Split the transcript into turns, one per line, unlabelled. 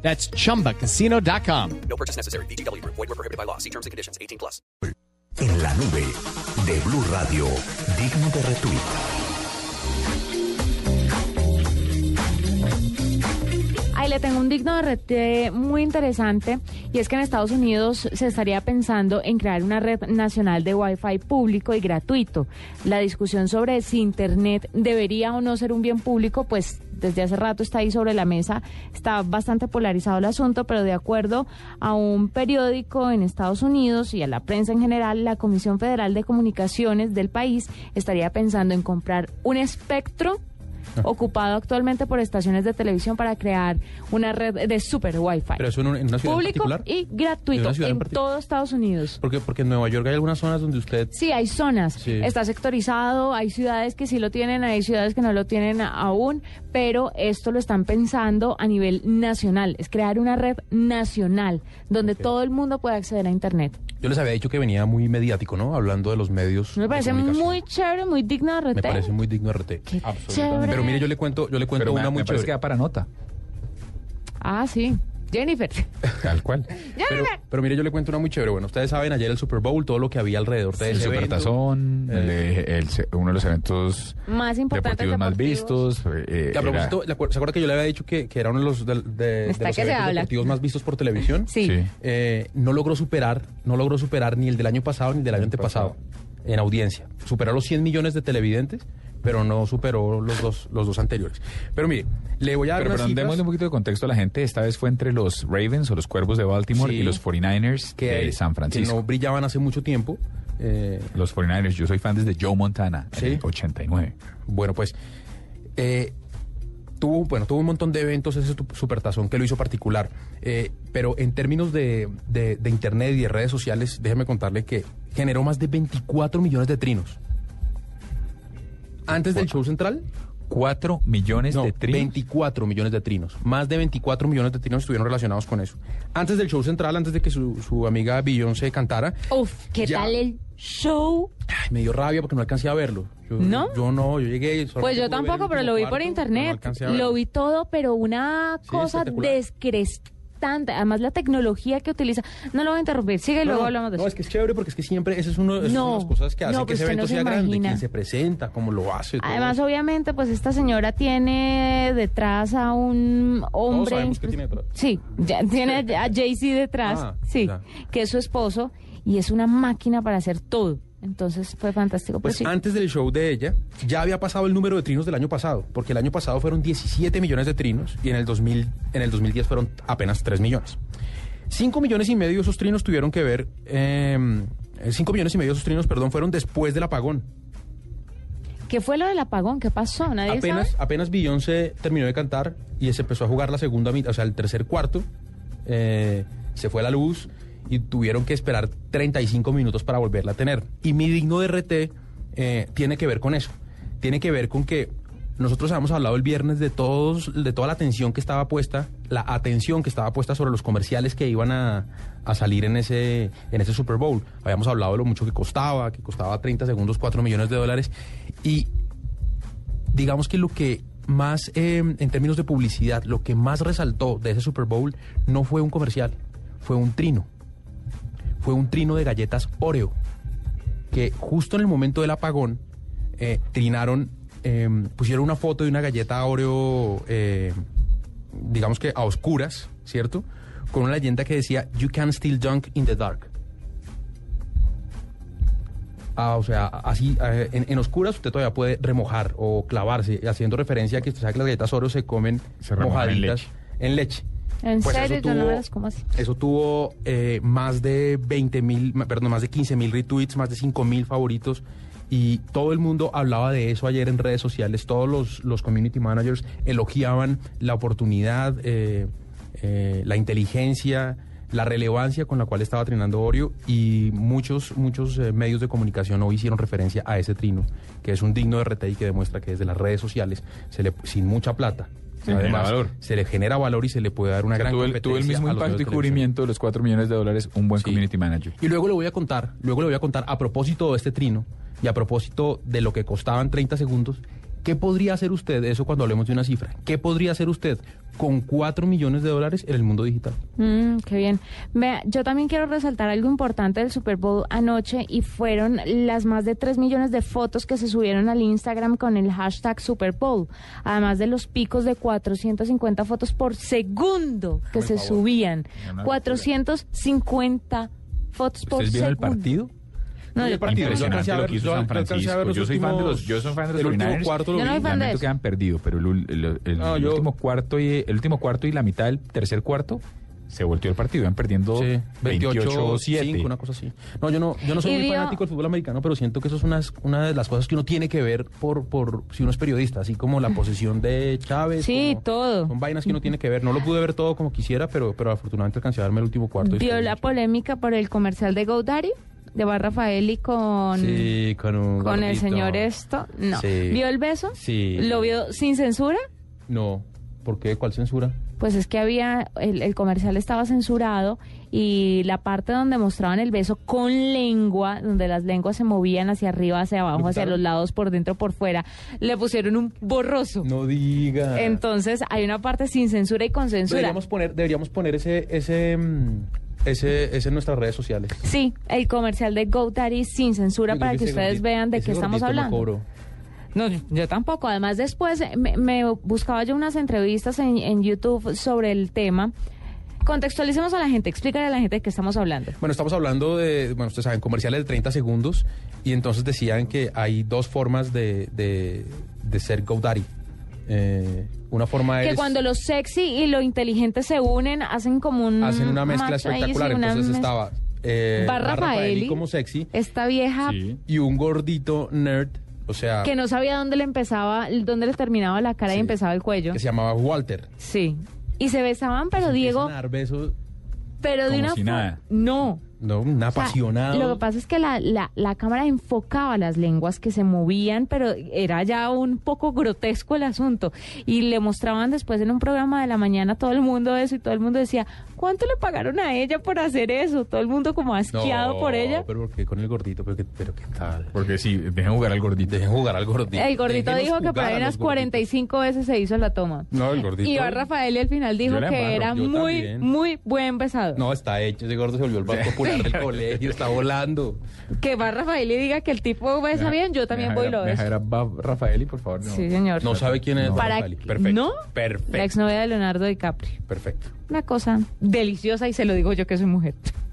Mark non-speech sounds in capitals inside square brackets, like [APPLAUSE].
That's chumbacasino.com.
No purchase necessary. BGW. Void were prohibited by law. See terms and conditions. 18 plus.
En la nube de Blue Radio, digno de retweet.
Ahí le tengo un digno de red eh, muy interesante y es que en Estados Unidos se estaría pensando en crear una red nacional de Wi-Fi público y gratuito. La discusión sobre si Internet debería o no ser un bien público, pues desde hace rato está ahí sobre la mesa, está bastante polarizado el asunto, pero de acuerdo a un periódico en Estados Unidos y a la prensa en general, la Comisión Federal de Comunicaciones del país estaría pensando en comprar un espectro
Ah.
ocupado actualmente por estaciones de televisión para crear una red de super wifi
Pero eso en, un- en una ciudad en
público
particular.
y
¿En
gratuito
una
en,
ciudad en particular?
todo Estados Unidos.
Porque, porque en Nueva York hay algunas zonas donde usted.
Sí, hay zonas,
Sí.
está sectorizado, hay ciudades que sí lo tienen, hay ciudades que no lo tienen a- aún, pero esto lo están pensando a nivel nacional, es crear una red nacional donde todo el mundo pueda acceder a Internet.
Yo les había dicho que venía muy mediático, ¿no? Hablando de los medios.
Me
de
parece
comunicación.
muy chévere, muy digno de
Me
retener.
parece muy digno RT.
Qué chévere.
Pero mire, yo le cuento, yo le cuento
Pero me-
una muy
me parece
chévere.
que da para nota.
Ah, sí. Jennifer.
Tal cual.
[LAUGHS] Pero, pero mire, yo le cuento una muy chévere. Bueno, ustedes saben ayer el Super Bowl, todo lo que había alrededor de
El
ese evento.
supertazón, el, el- el- uno de los eventos
Más importantes
deportivos más
deportivos.
vistos. eh,
Que a
era-
propósito, ¿le acuer- ¿se acuerda que yo le había dicho que, que era uno de los, del- de, de
Está
los
que se
eventos
habla.
deportivos más vistos por televisión?
Sí.
Sí.
Eh, no logró superar, no logró superar ni el del año pasado ni el del año antepasado en audiencia. Superó los 100 millones de televidentes, pero no superó los dos, los dos anteriores. Pero mire, le voy a dar
Pero
unas
perdón,
cifras
démosle un poquito de contexto a la gente. Esta vez fue entre los Ravens o los Cuervos de Baltimore
Sí.
y los 49ers
que,
de
que
San
no
Francisco.
brillaban hace mucho tiempo. Eh,
Los 49ers, yo soy fan desde Joe Montana, en
Sí.
el 89.
Bueno, pues eh, tuvo, bueno, tuvo un montón de eventos ese tu- supertazón que lo hizo particular. Eh, pero en términos de, de- de internet y de redes sociales, déjeme contarle que generó más de 24 millones de trinos. Antes del show central,
4 millones
no,
de trinos.
24 millones de trinos. Más de 24 millones de trinos estuvieron relacionados con eso. Antes del show central, antes de que su, su amiga Beyoncé cantara,
Uf, ¿qué
Ya.
tal el show?
ay, me dio rabia porque no alcancé a verlo. Yo,
¿No?
Yo no, yo llegué. solamente
Pues yo
pude ver el
tampoco, pero
último
lo vi por
cuarto, pero no
internet.
alcancé a verlo.
lo vi todo, pero una
Sí,
cosa
espectacular.
descrestante. Además, la tecnología que utiliza. No lo voy a interrumpir, sigue y luego
no,
hablamos de
Ah, no,
eso.
es que es chévere porque es que siempre esa es, uno, esa es
No,
una de las cosas que
no,
hacen que
pero
ese
usted no
evento
se
sea grande,
imagina.
quién se presenta, cómo lo hace. todo.
Además,
Todos
obviamente, pues esta señora tiene detrás a un hombre.
sabemos que tiene detrás.
Sí, ya tiene a Jay-Z detrás,
Ah,
sí,
ya.
que es su esposo y es una máquina para hacer todo. Entonces fue fantástico.
Pues
pero sí.
antes del show de ella, ya había pasado el número de trinos del año pasado, porque el año pasado fueron 17 millones de trinos y en el, 2000, en el 2010 fueron apenas 3 millones. 5 millones y medio de esos trinos tuvieron que ver, 5 millones y medio de esos trinos, perdón, fueron después del apagón.
¿Qué fue lo del apagón? ¿Qué pasó? Nadie
apenas,
sabe.
apenas Beyoncé terminó de cantar y se empezó a jugar la segunda mitad, o sea, el tercer cuarto, eh, se fue la luz y tuvieron que esperar 35 minutos para volverla a tener. Y mi digno de RT eh, tiene que ver con eso. Tiene que ver con que nosotros habíamos hablado el viernes de todos, de toda la atención que estaba puesta, la atención que estaba puesta sobre los comerciales que iban a, a salir en ese, en ese Super Bowl. Habíamos hablado de lo mucho que costaba, que costaba 30 segundos, 4 millones de dólares. Y digamos que lo que más, eh, en términos de publicidad, lo que más resaltó de ese Super Bowl no fue un comercial, fue un trino. Fue un trino de galletas Oreo, que justo en el momento del apagón eh, trinaron, eh, pusieron una foto de una galleta Oreo, eh, digamos que a oscuras, ¿cierto? Con una leyenda que decía, You can still dunk in the dark. Ah, o sea, así, eh, en, en oscuras usted todavía puede remojar o clavarse, haciendo referencia a que usted sabe que las galletas oro se comen
Se remojan en
mojaditas
leche.
en leche.
¿En
Pues
serio?
eso
Yo no
tuvo-
me las como así.
Eso tuvo eh, más de 20 mil, perdón, más de 15 mil retweets, más de 5 mil favoritos. Y todo el mundo hablaba de eso ayer en redes sociales. Todos los, los community managers elogiaban la oportunidad, eh, eh, la inteligencia, la relevancia con la cual estaba trinando Orio y muchos, muchos eh, medios de comunicación hoy hicieron referencia a ese trino, que es un digno de RT y que demuestra que desde las redes sociales, se le, sin mucha plata,
Se le genera valor.
se le genera valor y se le puede dar una
O sea,
gran
tuvo, el, tuvo el
competencia
mismo
a los
impacto y
medios de televisión.
cubrimiento de los 4 millones de dólares un buen
Sí.
community manager.
Y luego le voy a contar, luego le voy a contar a propósito de este trino y a propósito de lo que costaban 30 segundos, ¿qué podría hacer usted, eso cuando hablemos de una cifra, qué podría hacer usted con 4 millones de dólares en el mundo digital?
Mm, qué bien. Vea, yo también quiero resaltar algo importante del Super Bowl anoche y fueron las más de 3 millones de fotos que se subieron al Instagram con el hashtag Super Bowl, además de los picos de 450 fotos por segundo que se subían.
Una locura.
450 fotos por
¿Ustedes vieron
segundo.
el partido?
No, yo-
el partido.
Impresionante
Yo alcancé a
lo
ver-
que hizo
yo
San
alcancé a ver
Francisco.
los
Yo soy fan de los,
últimos-
yo soy fan de los
el último
49ers.
cuarto lo
Yo no vi. soy fan de
Lamento
eso.
que han perdido, pero el, ul- el- el-
No,
el
yo-
último cuarto y el último cuarto y la mitad del tercer cuarto se volteó el partido, iban perdiendo
Sí, 5,
28 7.
una cosa así. No, yo no, yo no soy
Y
muy
vio-
fanático del fútbol americano, pero siento que eso es una, una de las cosas que uno tiene que ver por, por si uno es periodista, así como la posesión de Chávez.
Sí,
como-
todo.
Son vainas que uno tiene que ver. No lo pude ver todo como quisiera, pero, pero afortunadamente alcancé a verme el último cuarto. y
Vio
estoy-
la polémica por el comercial de GoDaddy, de Bar Rafael y con...
Sí, con un
Con el
gordito.
señor esto, no.
Sí.
¿Vio el beso?
Sí.
¿Lo vio sin censura?
No. ¿Por qué? ¿Cuál censura?
Pues es que había, el, el comercial estaba censurado y la parte donde mostraban el beso con lengua, donde las lenguas se movían hacia arriba, hacia
¿Lo
abajo, hacia
quitaron?
los lados, por dentro, por fuera, le pusieron un borroso.
No diga.
Entonces hay una parte sin censura y con censura.
Deberíamos poner, deberíamos poner ese, ese, mm, ese, ese en nuestras redes sociales.
Sí, el comercial de GoDaddy sin censura para que
Ese
ustedes
gordito-
vean de
ese
qué estamos
gordito no
hablando.
cobró.
No, yo tampoco. Además, después eh, me, me buscaba yo unas entrevistas en, en YouTube sobre el tema. Contextualicemos a la gente, explícale a la gente de qué estamos hablando.
Bueno, estamos hablando de, bueno, ustedes saben, comerciales de 30 segundos y entonces decían que hay dos formas de, de, de ser GoDaddy. Eh, una forma
Que
es...
cuando lo sexy y lo inteligente se unen, hacen como un.
Hacen una mezcla
match ahí, sí,
espectacular,
una
entonces
mez-
estaba... eh,
Barra
Barra Faeli
Faeli.
como sexy
Esta vieja
Sí.
y un gordito nerd, o sea...
que no sabía dónde le empezaba, dónde le terminaba la cara y
Sí.
empezaba el cuello.
que se llamaba Walter.
Sí. Y se besaban, pero Diego,
Empiezan a dar besos,
pero de
Como
una
si
fo-
nada.
No.
no, un
O sea,
apasionado.
Lo que pasa es que la, la, la cámara enfocaba las lenguas que se movían, pero era ya un poco grotesco el asunto. Y le mostraban después en un programa de la mañana a todo el mundo eso y todo el mundo decía, ¿cuánto le pagaron a ella por hacer eso? Todo el mundo como asqueado por ella.
Pero porque con el gordito, pero qué, pero qué tal.
Porque sí, dejen jugar al gordito.
Dejen jugar al gordito.
El gordito dijo
Déjenos
que por
jugar
ahí
a
unas
los gorditos.
45 veces se hizo la toma.
No, el gordito.
Y Iván Rafael al final dijo
Yo la
que
embarro,
era
yo
muy,
también.
muy buen besado.
No, está hecho. Ese gordo se volvió el más popular del colegio. Está [LAUGHS] volando.
Que va Rafael y diga que el tipo besa bien, yo también voy y lo beso.
Era Rafael y por favor, no.
Sí, señor.
No sabe quién es.
No.
Rafael.
Para-
Perfecto.
¿No? La
Perfecto.
exnovia de Leonardo DiCaprio.
Perfecto.
Una cosa deliciosa y se lo digo yo que soy mujer.